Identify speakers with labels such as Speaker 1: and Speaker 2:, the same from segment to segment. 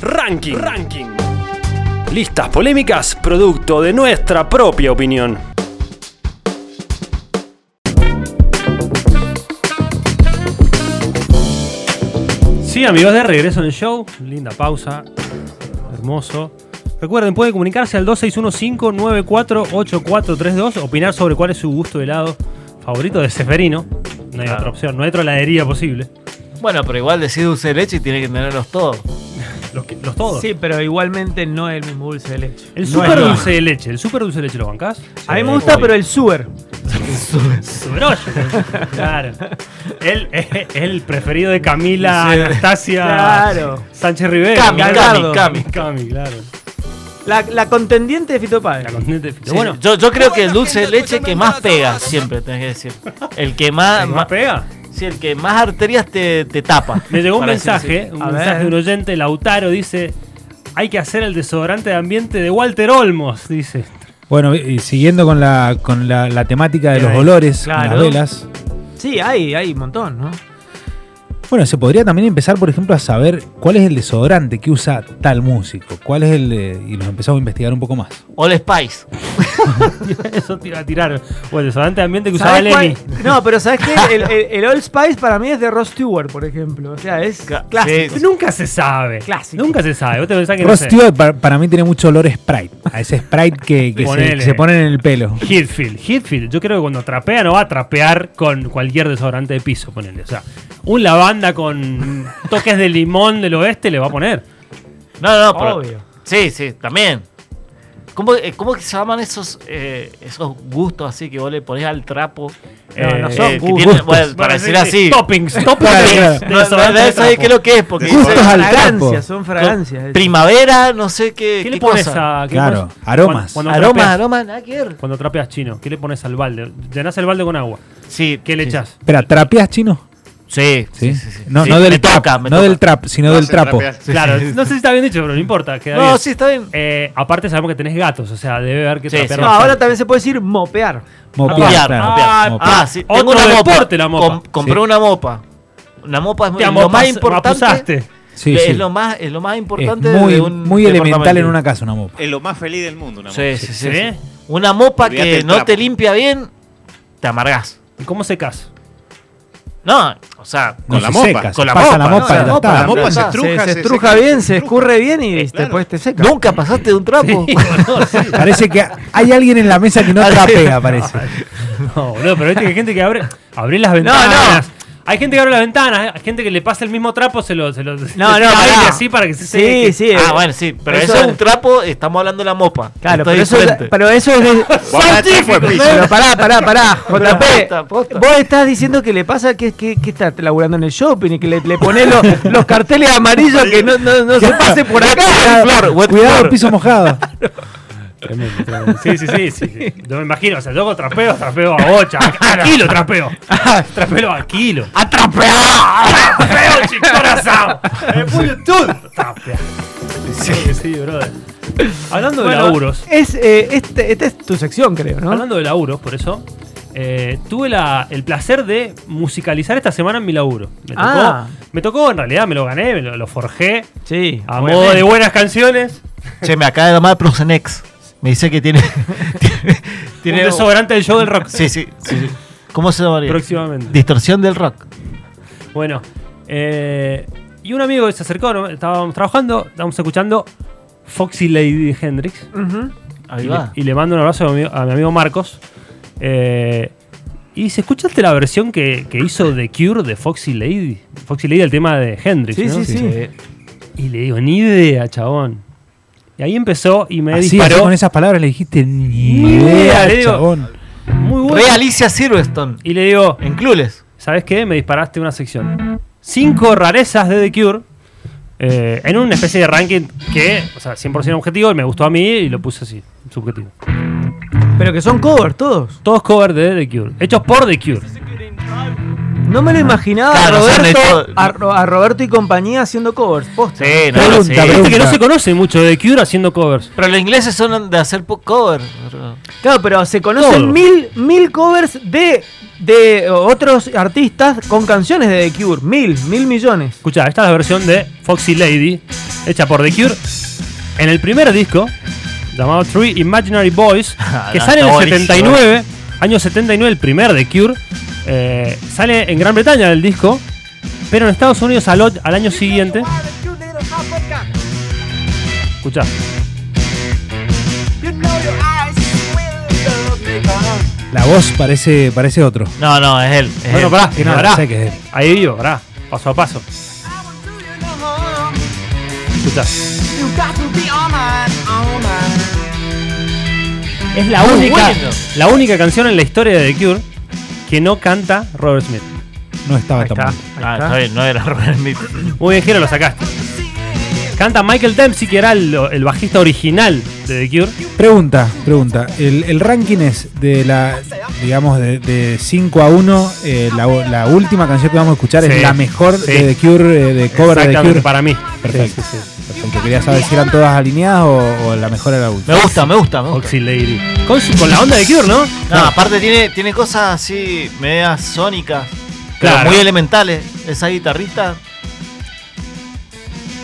Speaker 1: Ranking. Ranking. Listas polémicas, producto de nuestra propia opinión.
Speaker 2: Sí, amigos, de regreso en el show. Linda pausa. Hermoso. Recuerden, pueden comunicarse al 2615-948432, opinar sobre cuál es su gusto de helado favorito de Seferino. No hay
Speaker 3: Claro.
Speaker 2: otra opción, no hay otra heladería posible.
Speaker 3: Bueno, pero igual decís dulce de leche y tiene que tenerlos todos.
Speaker 2: Los, que- los todos.
Speaker 4: Sí, pero igualmente no es el mismo dulce de leche.
Speaker 2: El
Speaker 4: No
Speaker 2: super
Speaker 4: es lo mismo.
Speaker 2: dulce de leche. ¿El super dulce de leche lo bancás?
Speaker 4: A mí me gusta, pero el super.
Speaker 2: Soberoyo. claro. El, eh, el preferido de Camila
Speaker 3: Sí.
Speaker 2: Anastasia
Speaker 4: Claro.
Speaker 2: Sánchez Rivera.
Speaker 3: Cami,
Speaker 2: Gallardo.
Speaker 3: Cami,
Speaker 2: Cami, claro.
Speaker 4: La, la contendiente de Fito Páez.
Speaker 2: La continente de Fito.
Speaker 3: Sí,
Speaker 2: bueno,
Speaker 3: yo, yo creo que el dulce de leche que más pega, siempre tenés que decir. El que más,
Speaker 2: ¿el más
Speaker 3: ma-
Speaker 2: pega?
Speaker 3: sí, el que más arterias te, te tapa.
Speaker 2: Me llegó un
Speaker 3: Para decirlo
Speaker 2: mensaje,
Speaker 3: así.
Speaker 2: un
Speaker 4: A ver.
Speaker 2: mensaje de un oyente, Lautaro, dice: Hay que hacer el desodorante de ambiente de Walter Olmos, dice.
Speaker 5: Bueno, y siguiendo con la, con la, la temática de
Speaker 2: Bien
Speaker 5: los
Speaker 2: ahí.
Speaker 5: olores, con
Speaker 4: Claro.
Speaker 5: las velas.
Speaker 4: Sí, hay, hay un montón, ¿no?
Speaker 5: Bueno, se podría también empezar, por ejemplo, a saber cuál es el desodorante que usa tal músico. Cuál es el. de- y los empezamos a investigar un poco más.
Speaker 3: All Spice.
Speaker 2: Eso te iba a tirar. O el desodorante de ambiente que usaba
Speaker 4: ¿Sabés
Speaker 2: Lenny.
Speaker 4: cuál? No, pero ¿sabes qué? El, el- el Old Spice para mí es de Ross Stewart, por ejemplo. O sea, es
Speaker 3: Ca-
Speaker 4: clásico.
Speaker 3: sí.
Speaker 2: Nunca se sabe.
Speaker 4: Clásico.
Speaker 2: Nunca se sabe. Vos te pensás que
Speaker 5: Ross
Speaker 2: no sé.
Speaker 5: Stewart para, para mí tiene mucho olor a Sprite. A ese Sprite que, que se,
Speaker 2: Ponele.
Speaker 5: que se ponen en el pelo.
Speaker 2: Hitfield, Hitfield, yo creo que cuando trapea no va a trapear con cualquier desodorante de piso, ponele. O sea, un lavanda con toques de limón del oeste le va a poner.
Speaker 3: No, no, pero.
Speaker 4: Obvio.
Speaker 3: Sí, sí, también. ¿Cómo, eh, cómo que se llaman esos, eh, esos gustos así que vos le ponés al trapo?
Speaker 2: No, no
Speaker 3: Eh,
Speaker 2: son
Speaker 3: que
Speaker 2: gustos.
Speaker 3: tienen- bueno,
Speaker 2: Bueno,
Speaker 3: para decir
Speaker 2: sí, sí,
Speaker 3: así.
Speaker 2: Toppings,
Speaker 5: Claro,
Speaker 2: toppings.
Speaker 5: claro.
Speaker 2: de
Speaker 3: No, no,
Speaker 2: desodorante de
Speaker 3: no sabés
Speaker 2: trapo.
Speaker 3: qué es lo que es, porque
Speaker 5: Gustos
Speaker 3: dice
Speaker 5: al
Speaker 4: fragancias,
Speaker 5: trapo.
Speaker 4: son fragancias.
Speaker 3: primavera, no sé qué.
Speaker 2: ¿Qué
Speaker 3: qué
Speaker 2: le pones
Speaker 3: cosa.
Speaker 2: a.? qué le
Speaker 5: Claro,
Speaker 2: pones- Cuando,
Speaker 5: aromas.
Speaker 2: cuando
Speaker 3: Aroma,
Speaker 2: trapeas,
Speaker 3: aroma, nada que ver.
Speaker 2: cuando trapeas chino, ¿qué le pones al balde? Llenás el balde con agua.
Speaker 3: Sí,
Speaker 2: ¿Qué le
Speaker 3: sí.
Speaker 2: echás?
Speaker 5: Espera, ¿trapeas chino?
Speaker 3: Sí, sí,
Speaker 5: Sí.
Speaker 3: sí, sí.
Speaker 5: No,
Speaker 3: Sí,
Speaker 5: no
Speaker 3: me
Speaker 5: del trap,
Speaker 3: toca, me
Speaker 5: no
Speaker 3: toca.
Speaker 5: del trap, sino del trapo.
Speaker 2: Claro, no sé si está bien dicho, pero no importa. Queda
Speaker 3: No,
Speaker 2: bien.
Speaker 3: sí, está bien.
Speaker 2: Eh, aparte, sabemos que tenés gatos, o sea, debe haber que
Speaker 3: Sí,
Speaker 2: trapear
Speaker 3: sí.
Speaker 4: No,
Speaker 2: bastante.
Speaker 4: ahora también se puede decir mopear.
Speaker 5: Mopear,
Speaker 3: Mopear,
Speaker 5: claro.
Speaker 3: mopear.
Speaker 5: Mopear.
Speaker 3: Ah, sí.
Speaker 2: Otro
Speaker 3: Tengo una
Speaker 2: deporte,
Speaker 3: mopa.
Speaker 2: la mopa.
Speaker 3: Com- compré
Speaker 5: Sí.
Speaker 3: una mopa. Una mopa es
Speaker 2: Te
Speaker 3: lo más
Speaker 2: amopas-
Speaker 3: importante.
Speaker 2: mapuzaste.
Speaker 5: Sí,
Speaker 3: es,
Speaker 5: sí.
Speaker 3: Lo más, es lo más
Speaker 5: Es
Speaker 3: importante
Speaker 5: muy,
Speaker 3: de un
Speaker 5: muy elemental
Speaker 3: departamento.
Speaker 5: en una casa, una mopa.
Speaker 6: Es lo más feliz del mundo, una
Speaker 3: Sí, sí, sí,
Speaker 2: ¿Sí?
Speaker 3: sí. Una mopa
Speaker 6: Olvídate
Speaker 3: que
Speaker 6: del
Speaker 3: no
Speaker 6: trapo.
Speaker 3: te limpia bien, te amargás.
Speaker 2: ¿Y cómo secas?
Speaker 3: No, o sea,
Speaker 5: No
Speaker 6: Con la
Speaker 5: se
Speaker 6: mopa.
Speaker 5: seca, se
Speaker 3: Con la
Speaker 5: pasa
Speaker 3: mopa,
Speaker 5: la
Speaker 3: ¿no?
Speaker 5: mopa, y
Speaker 3: La
Speaker 5: ya
Speaker 3: mopa,
Speaker 5: está.
Speaker 6: La mopa
Speaker 3: Se-
Speaker 6: se
Speaker 3: se
Speaker 6: estruja,
Speaker 4: se estruja
Speaker 6: seca,
Speaker 4: bien,
Speaker 6: se
Speaker 4: se escurre bien y
Speaker 6: claro.
Speaker 4: después te seca.
Speaker 3: nunca pasaste de un trapo.
Speaker 5: Parece que hay alguien en la mesa que no trapea, parece.
Speaker 2: No, boludo, pero viste que hay gente que abre, abre las ventanas. Hay gente que abre las ventanas, hay gente que le pasa el mismo trapo, se lo. Se lo se
Speaker 4: No,
Speaker 2: le
Speaker 4: no,
Speaker 2: cae
Speaker 4: pará.
Speaker 2: así para que se
Speaker 4: Sí,
Speaker 2: seque.
Speaker 4: sí.
Speaker 3: ah, bueno, sí, pero eso,
Speaker 4: Eso
Speaker 3: es
Speaker 4: es-
Speaker 3: un trapo, estamos hablando de la mopa.
Speaker 4: Claro,
Speaker 3: Está
Speaker 4: pero eso, es,
Speaker 3: diferente.
Speaker 4: pero eso es de-
Speaker 6: Vos hablaste de fue piso.
Speaker 4: Pero pará, pará, pará.
Speaker 3: Posta,
Speaker 4: JP,
Speaker 3: posta.
Speaker 4: vos estás diciendo que le pasa que, que, que está laburando en el shopping y que le, le pones los- los carteles amarillos que no, no, no se pase por acá.
Speaker 3: Flor, wet
Speaker 5: Cuidado,
Speaker 3: floor.
Speaker 5: piso mojado.
Speaker 2: Tremendo, tremendo. Sí, sí, sí, sí, sí. Yo me imagino, o sea, yo con trapeo, trapeo a bocha. A kilo trapeo. Trapeo a kilo. Trapeo, chico, corazón. Me pone todo. Trapea. Sí, sí, brother. Hablando de
Speaker 4: Bueno,
Speaker 2: laburos.
Speaker 4: Es, eh, este- esta es tu sección, creo, ¿no?
Speaker 2: Hablando de laburos, por eso, eh, tuve la- el placer de musicalizar esta semana en mi laburo. Me tocó,
Speaker 4: Ah.
Speaker 2: me tocó en realidad, me lo gané, me lo, lo forjé
Speaker 4: Sí.
Speaker 2: a modo de buenas canciones.
Speaker 3: Che, me acaba de llamar Prosenex. Me dice que tiene. tiene- tiene
Speaker 2: un desodorante del show del rock.
Speaker 3: Sí, sí, sí, sí. ¿Cómo se llamaría?
Speaker 2: Próximamente.
Speaker 3: Distorsión del rock.
Speaker 2: Bueno, eh, y un amigo se acercó, ¿no? estábamos trabajando, estábamos escuchando Foxy Lady Hendrix.
Speaker 4: Ujú.
Speaker 3: Ahí
Speaker 2: y, le,
Speaker 3: va.
Speaker 2: y le mando un abrazo a mi, amigo- a mi amigo Marcos. Eh, y dice, ¿escuchaste la versión que, que hizo The Cure de Foxy Lady? Foxy Lady, el tema de Hendrix,
Speaker 4: Sí,
Speaker 2: ¿no?
Speaker 4: sí, sí.
Speaker 2: Y le digo, ni idea, chabón. Y ahí empezó y me
Speaker 5: Así, así
Speaker 2: disparó.
Speaker 5: con esas palabras le dijiste ni
Speaker 2: Ni idea,
Speaker 5: idea,
Speaker 2: le digo.
Speaker 5: chabón.
Speaker 2: Muy bueno.
Speaker 3: Re Alicia Silverstone.
Speaker 2: Y le digo,
Speaker 3: En Clueless.
Speaker 2: ¿sabes qué? Me disparaste una sección. Cinco rarezas de The Cure. eh, en una especie de ranking que, o sea, 100% objetivo, y me gustó a mí y lo puse así, subjetivo.
Speaker 4: Pero que son covers todos.
Speaker 2: Todos covers de The Cure, hechos por The Cure.
Speaker 4: No me lo imaginaba
Speaker 3: Claro,
Speaker 4: a,
Speaker 3: o sea,
Speaker 4: Roberto,
Speaker 3: no-
Speaker 4: a, Ro- a Roberto y compañía haciendo covers. Posta.
Speaker 3: Sí, no,
Speaker 5: Pregunta,
Speaker 3: sí.
Speaker 5: pregunta.
Speaker 2: Viste que no se conoce mucho de Cure haciendo covers.
Speaker 3: Pero los ingleses son de hacer po- cover.
Speaker 4: Claro, pero se conocen
Speaker 2: Todo.
Speaker 4: mil, mil covers de, de otros artistas con canciones de The Cure. Mil, mil millones.
Speaker 2: Escucha, esta es la versión de Foxy Lady, hecha por The Cure, en el primer disco, llamado Three Imaginary Boys, que
Speaker 3: Ah,
Speaker 2: sale en
Speaker 3: está
Speaker 2: el
Speaker 3: buenísimo.
Speaker 2: 79, año 79, el primer The Cure. eh, sale en Gran Bretaña el disco, pero en Estados Unidos al, o- al año siguiente. Escucha,
Speaker 5: La voz parece, parece otro.
Speaker 3: No, no, es él. es
Speaker 2: bueno,
Speaker 3: él.
Speaker 2: pará,
Speaker 5: Que no,
Speaker 2: pará.
Speaker 5: sé que es él.
Speaker 2: Ahí vivo, pará, paso a paso. Escucha, es la
Speaker 3: Muy
Speaker 2: única,
Speaker 3: bueno.
Speaker 2: la única canción en la historia de The Cure que no canta Robert Smith.
Speaker 5: No estaba
Speaker 2: Ahí
Speaker 5: tan
Speaker 2: está.
Speaker 5: mal.
Speaker 3: Ah, está bien, no era Robert Smith.
Speaker 2: Muy bien, Jero, lo sacaste. Canta Michael Dempsey, que era el, el bajista original de The Cure.
Speaker 5: Pregunta, pregunta. El, el ranking es de la, digamos, de, de 5 a 1. eh, la, la última canción que vamos a escuchar
Speaker 2: Sí,
Speaker 5: es la mejor
Speaker 2: sí.
Speaker 5: de The Cure, eh, de cover de The
Speaker 2: Exactamente,
Speaker 5: Cure.
Speaker 2: para mí.
Speaker 5: Perfecto. Perfecto. Quería saber si eran todas alineadas o, o la mejor era la última.
Speaker 3: Me gusta, me gusta, me gusta.
Speaker 2: Foxy Lady. Con, su- con la onda de Cure, ¿no?
Speaker 3: No, aparte tiene, tiene cosas así, medias sónicas, pero
Speaker 2: Claro.
Speaker 3: muy elementales. Esa guitarrista.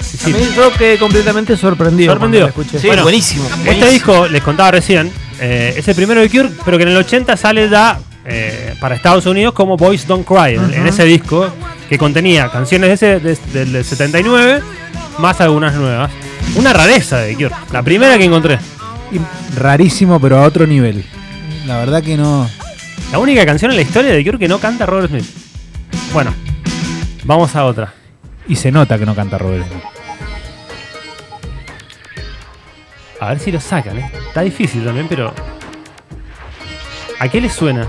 Speaker 2: Sí,
Speaker 4: A
Speaker 2: sí.
Speaker 4: mí yo quedé completamente sorprendido.
Speaker 2: Sorprendido.
Speaker 4: cuando la escuché.
Speaker 3: Sí,
Speaker 2: Bueno,
Speaker 3: buenísimo.
Speaker 2: Este
Speaker 3: buenísimo.
Speaker 2: disco, les contaba recién, eh, es el primero de Cure, pero que en el 80 sale ya eh, para Estados Unidos como Boys Don't Cry, en- en ese disco, que contenía canciones de ese, de- del del 79, más algunas nuevas. Una rareza de Cure, la primera que encontré.
Speaker 5: Y Rarísimo, pero a otro nivel. La verdad que no.
Speaker 2: La única canción en la historia de Cure que no canta Robert Smith. Bueno, vamos a otra.
Speaker 5: Y se nota que no canta Roberto.
Speaker 2: A ver si lo sacan, ¿eh? Está difícil también, pero. ¿A qué le suena?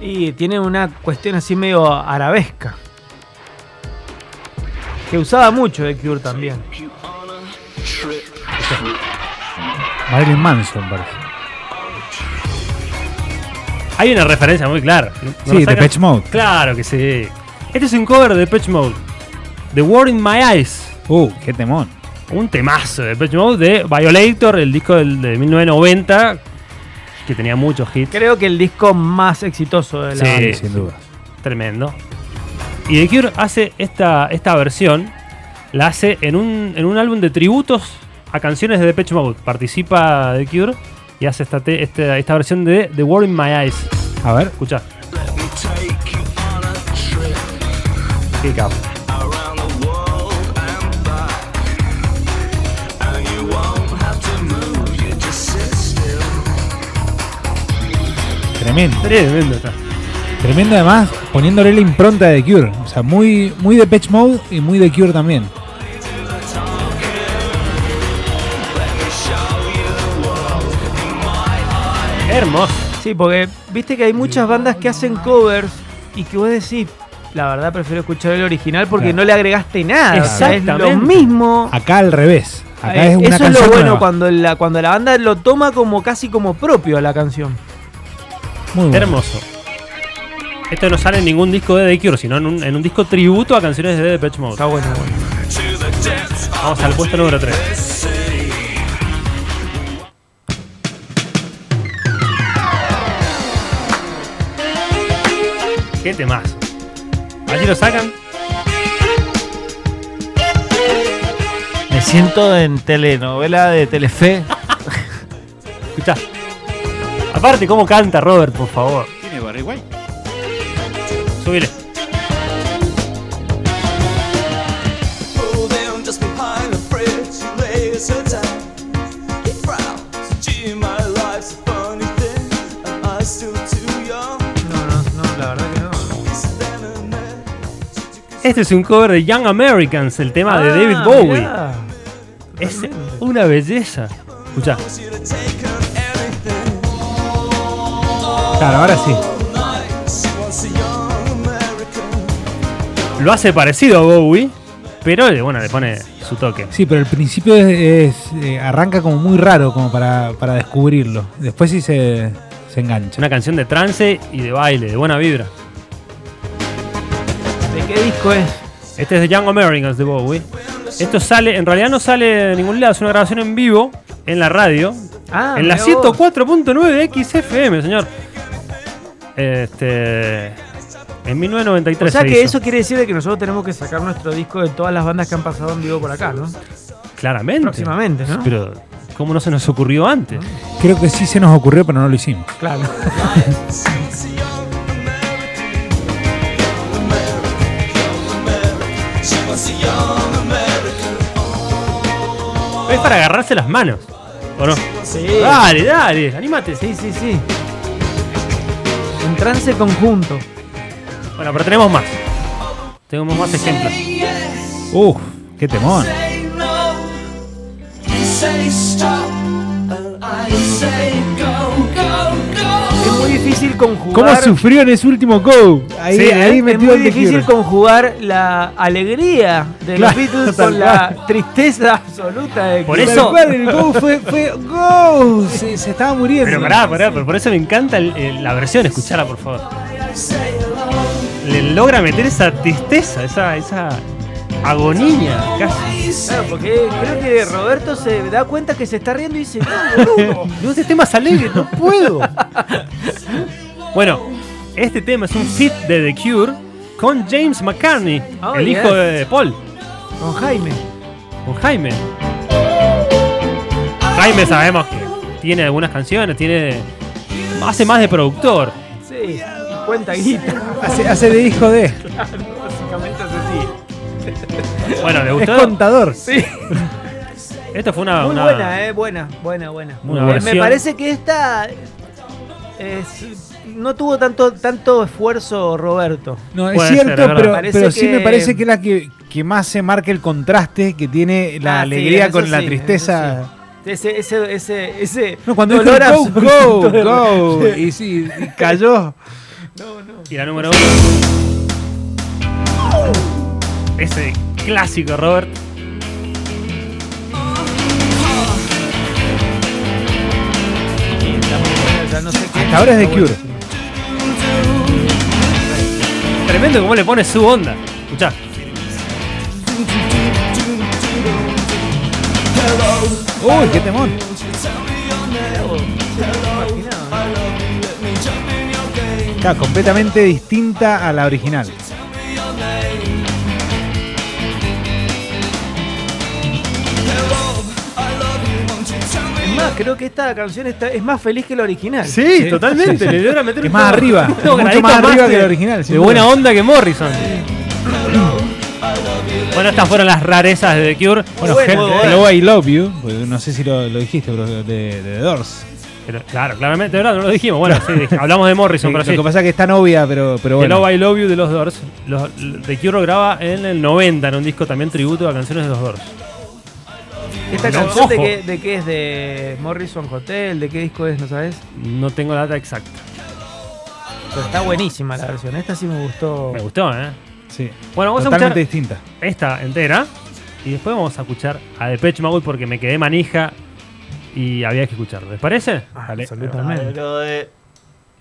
Speaker 4: Y tiene una cuestión así medio arabesca. Que usaba mucho The Cure también.
Speaker 5: Marilyn Manson, parece.
Speaker 2: Hay una referencia muy clara. ¿no? ¿No lo
Speaker 5: Sí,
Speaker 2: sacan?
Speaker 5: Depeche Mode.
Speaker 2: Claro que sí. Este es un cover de Depeche Mode. The World in My Eyes.
Speaker 5: Uh, qué temón.
Speaker 2: Un temazo de Depeche Mode de Violator, el disco del, de 1990, que tenía muchos hits.
Speaker 4: Creo que el disco más exitoso de la
Speaker 2: Sí.
Speaker 5: Sí, sin duda.
Speaker 2: Tremendo. Y The Cure hace esta, esta versión, la hace en un, en un álbum de tributos a canciones de Depeche Mode. Participa The Cure y hace esta, te- este- esta versión de The World in My Eyes.
Speaker 5: A ver.
Speaker 2: Escucha. Qué capo.
Speaker 5: Tremendo.
Speaker 2: Tremendo está.
Speaker 5: Tremendo además, poniéndole la impronta de Cure. O sea, muy, muy de Patch Mode y muy de Cure también.
Speaker 2: Hermoso.
Speaker 4: Sí, porque viste que hay muchas bandas que hacen covers y que vos decís, la verdad prefiero escuchar el original porque
Speaker 5: Claro.
Speaker 4: no le agregaste nada. o sea, es lo
Speaker 2: Exactamente.
Speaker 4: mismo.
Speaker 5: Acá al revés. Acá
Speaker 4: Eh,
Speaker 5: es una
Speaker 4: Eso es lo
Speaker 5: canción
Speaker 4: bueno
Speaker 5: nueva.
Speaker 4: cuando la cuando la banda lo toma como casi como propio a la canción.
Speaker 5: Muy bueno.
Speaker 2: Hermoso. Esto no sale en ningún disco de The Cure, sino en un, en un disco tributo a canciones de Depeche Mode.
Speaker 4: Está bueno, bueno.
Speaker 2: Vamos al puesto número 3. ¿Qué temas? Allí lo sacan.
Speaker 3: Me siento en telenovela de Telefe.
Speaker 2: Escuchá. Aparte, ¿cómo canta Robert, por favor?
Speaker 6: Tiene Barry White.
Speaker 2: Subile. Este es un cover de Young Americans, el tema de David
Speaker 4: Ah,
Speaker 2: Bowie.
Speaker 4: mirá.
Speaker 2: Es una belleza. Escuchá.
Speaker 5: Claro, ahora sí.
Speaker 2: Lo hace parecido a Bowie, pero le- bueno, le pone su toque.
Speaker 5: Sí, pero el principio es, es, eh, arranca como muy raro como para, para descubrirlo. Después sí se, se engancha.
Speaker 2: Una canción de trance y de baile, de buena vibra.
Speaker 4: ¿De qué disco es?
Speaker 2: Este es de Young Americans de Bowie. Esto sale, en realidad no sale de ningún lado, es una grabación en vivo en la radio.
Speaker 4: Ah,
Speaker 2: en la
Speaker 4: mirá vos.
Speaker 2: 104.9 de XFM, señor. Este. En 1993.
Speaker 4: O sea
Speaker 2: se
Speaker 4: que
Speaker 2: hizo.
Speaker 4: eso quiere decir de que nosotros tenemos que sacar nuestro disco de todas las bandas que han pasado en vivo por acá, ¿no?
Speaker 2: Claramente.
Speaker 4: Próximamente, ¿no?
Speaker 2: Pero, ¿cómo no se nos ocurrió antes?
Speaker 5: Creo que sí se nos ocurrió, pero no lo hicimos.
Speaker 4: Claro.
Speaker 2: Es para agarrarse las manos. ¿O no?
Speaker 4: Ah. Sí.
Speaker 5: Ah.
Speaker 2: Dale, dale, anímate.
Speaker 4: Sí, sí, sí. Un trance conjunto.
Speaker 2: Bueno, pero tenemos más. Tenemos más ejemplos.
Speaker 5: Uf, qué temón.
Speaker 4: Es muy difícil conjugar.
Speaker 5: ¿Cómo sufrió en ese último go? Ahí,
Speaker 2: Sí,
Speaker 5: ahí
Speaker 4: es
Speaker 5: metió
Speaker 4: muy
Speaker 5: el
Speaker 4: difícil
Speaker 5: difícil
Speaker 4: conjugar la alegría de los
Speaker 5: Claro,
Speaker 4: Beatles
Speaker 5: tal
Speaker 4: con la tristeza absoluta de
Speaker 2: Por
Speaker 4: que-
Speaker 2: eso-
Speaker 5: el go fue, fue go. Se, se estaba muriendo.
Speaker 2: Pero pará, pará, pero por eso me encanta el- el- la versión, escuchala por favor. Le logra meter esa tristeza, esa, esa agonía casi.
Speaker 4: Claro, porque creo que Roberto se da cuenta que se está riendo y dice, no, boludo.
Speaker 2: No, ese Este tema es alegre, no puedo. bueno, este tema es un fit de The Cure con James McCartney,
Speaker 4: Oh,
Speaker 2: el
Speaker 4: yes.
Speaker 2: hijo de Paul,
Speaker 4: Con Jaime.
Speaker 2: con Jaime. Jaime sabemos que tiene algunas canciones, tiene. hace más de productor.
Speaker 4: Sí, 50 guitas.
Speaker 5: Hace, hace de hijo de.
Speaker 4: Básicamente es así.
Speaker 2: Bueno, ¿le
Speaker 5: Es
Speaker 2: gustó?
Speaker 5: contador.
Speaker 2: Esto fue
Speaker 5: Ah,
Speaker 2: una.
Speaker 4: Muy
Speaker 2: una-
Speaker 4: buena, eh, buena, buena, buena. Eh,
Speaker 2: Una
Speaker 4: Me- me
Speaker 2: versión.
Speaker 4: parece que esta es- no tuvo tanto, tanto esfuerzo Roberto.
Speaker 5: No, es
Speaker 2: Puede ser,
Speaker 5: cierto,
Speaker 2: es verdad.
Speaker 5: pero,
Speaker 4: Parece
Speaker 5: pero sí
Speaker 4: que-
Speaker 5: me parece que es la que, que más se marca el contraste que tiene la
Speaker 4: Ah, sí,
Speaker 5: alegría
Speaker 4: eso
Speaker 5: con la
Speaker 4: sí,
Speaker 5: tristeza.
Speaker 4: eso sí. Ese, ese, ese, ese
Speaker 5: No, cuando dijo
Speaker 4: dolor
Speaker 5: go,
Speaker 4: absoluto
Speaker 5: go,
Speaker 4: de-
Speaker 5: go. Y sí, y cayó.
Speaker 2: Y la número uno. Ese clásico, Robert.
Speaker 4: Ya no sé qué.
Speaker 5: Hasta ahora es de Cure.
Speaker 2: Tremendo como le pone su onda. Escuchá.
Speaker 5: Uy, qué temón. Claro, completamente distinta a la original.
Speaker 4: Es más, creo que esta canción está, es más feliz que la original.
Speaker 2: Sí,
Speaker 5: totalmente, le
Speaker 2: logra meter
Speaker 5: Es más arriba. Mucho más arriba que la original. sin
Speaker 2: De
Speaker 5: duda.
Speaker 2: buena onda que Morrison. bueno, estas fueron las rarezas de The Cure.
Speaker 5: Bueno,
Speaker 4: Muy
Speaker 5: Hello,
Speaker 4: buena, muy
Speaker 2: eh.
Speaker 5: Hello, I Love You. porque No sé si lo, lo dijiste, pero de, de The Doors.
Speaker 2: Pero, claro, claramente, de verdad, no lo dijimos. Bueno, sí, hablamos de Morrison, pero
Speaker 5: lo
Speaker 2: sí.
Speaker 5: que pasa es que está novia, pero, pero bueno.
Speaker 2: Hello, I Love You de los Doors. Los, The Cure lo graba en el 90, en un disco también tributo a canciones de los Doors.
Speaker 4: Esta
Speaker 2: No,
Speaker 4: canción de
Speaker 2: ojo.
Speaker 4: qué, de qué es de Morrison Hotel, de qué disco es, no sabes.
Speaker 2: No tengo la data exacta.
Speaker 4: Pero está buenísima la versión. Esta sí me gustó.
Speaker 2: Me gustó, ¿eh?
Speaker 5: Sí.
Speaker 2: Bueno, vamos a
Speaker 5: Totalmente
Speaker 2: escuchar
Speaker 5: distinta.
Speaker 2: esta entera y después vamos a escuchar a Depeche Mode porque me quedé manija y había que escucharlo. ¿Les parece?
Speaker 4: Ah,
Speaker 2: Dale.
Speaker 4: absolutamente.
Speaker 3: Pero de-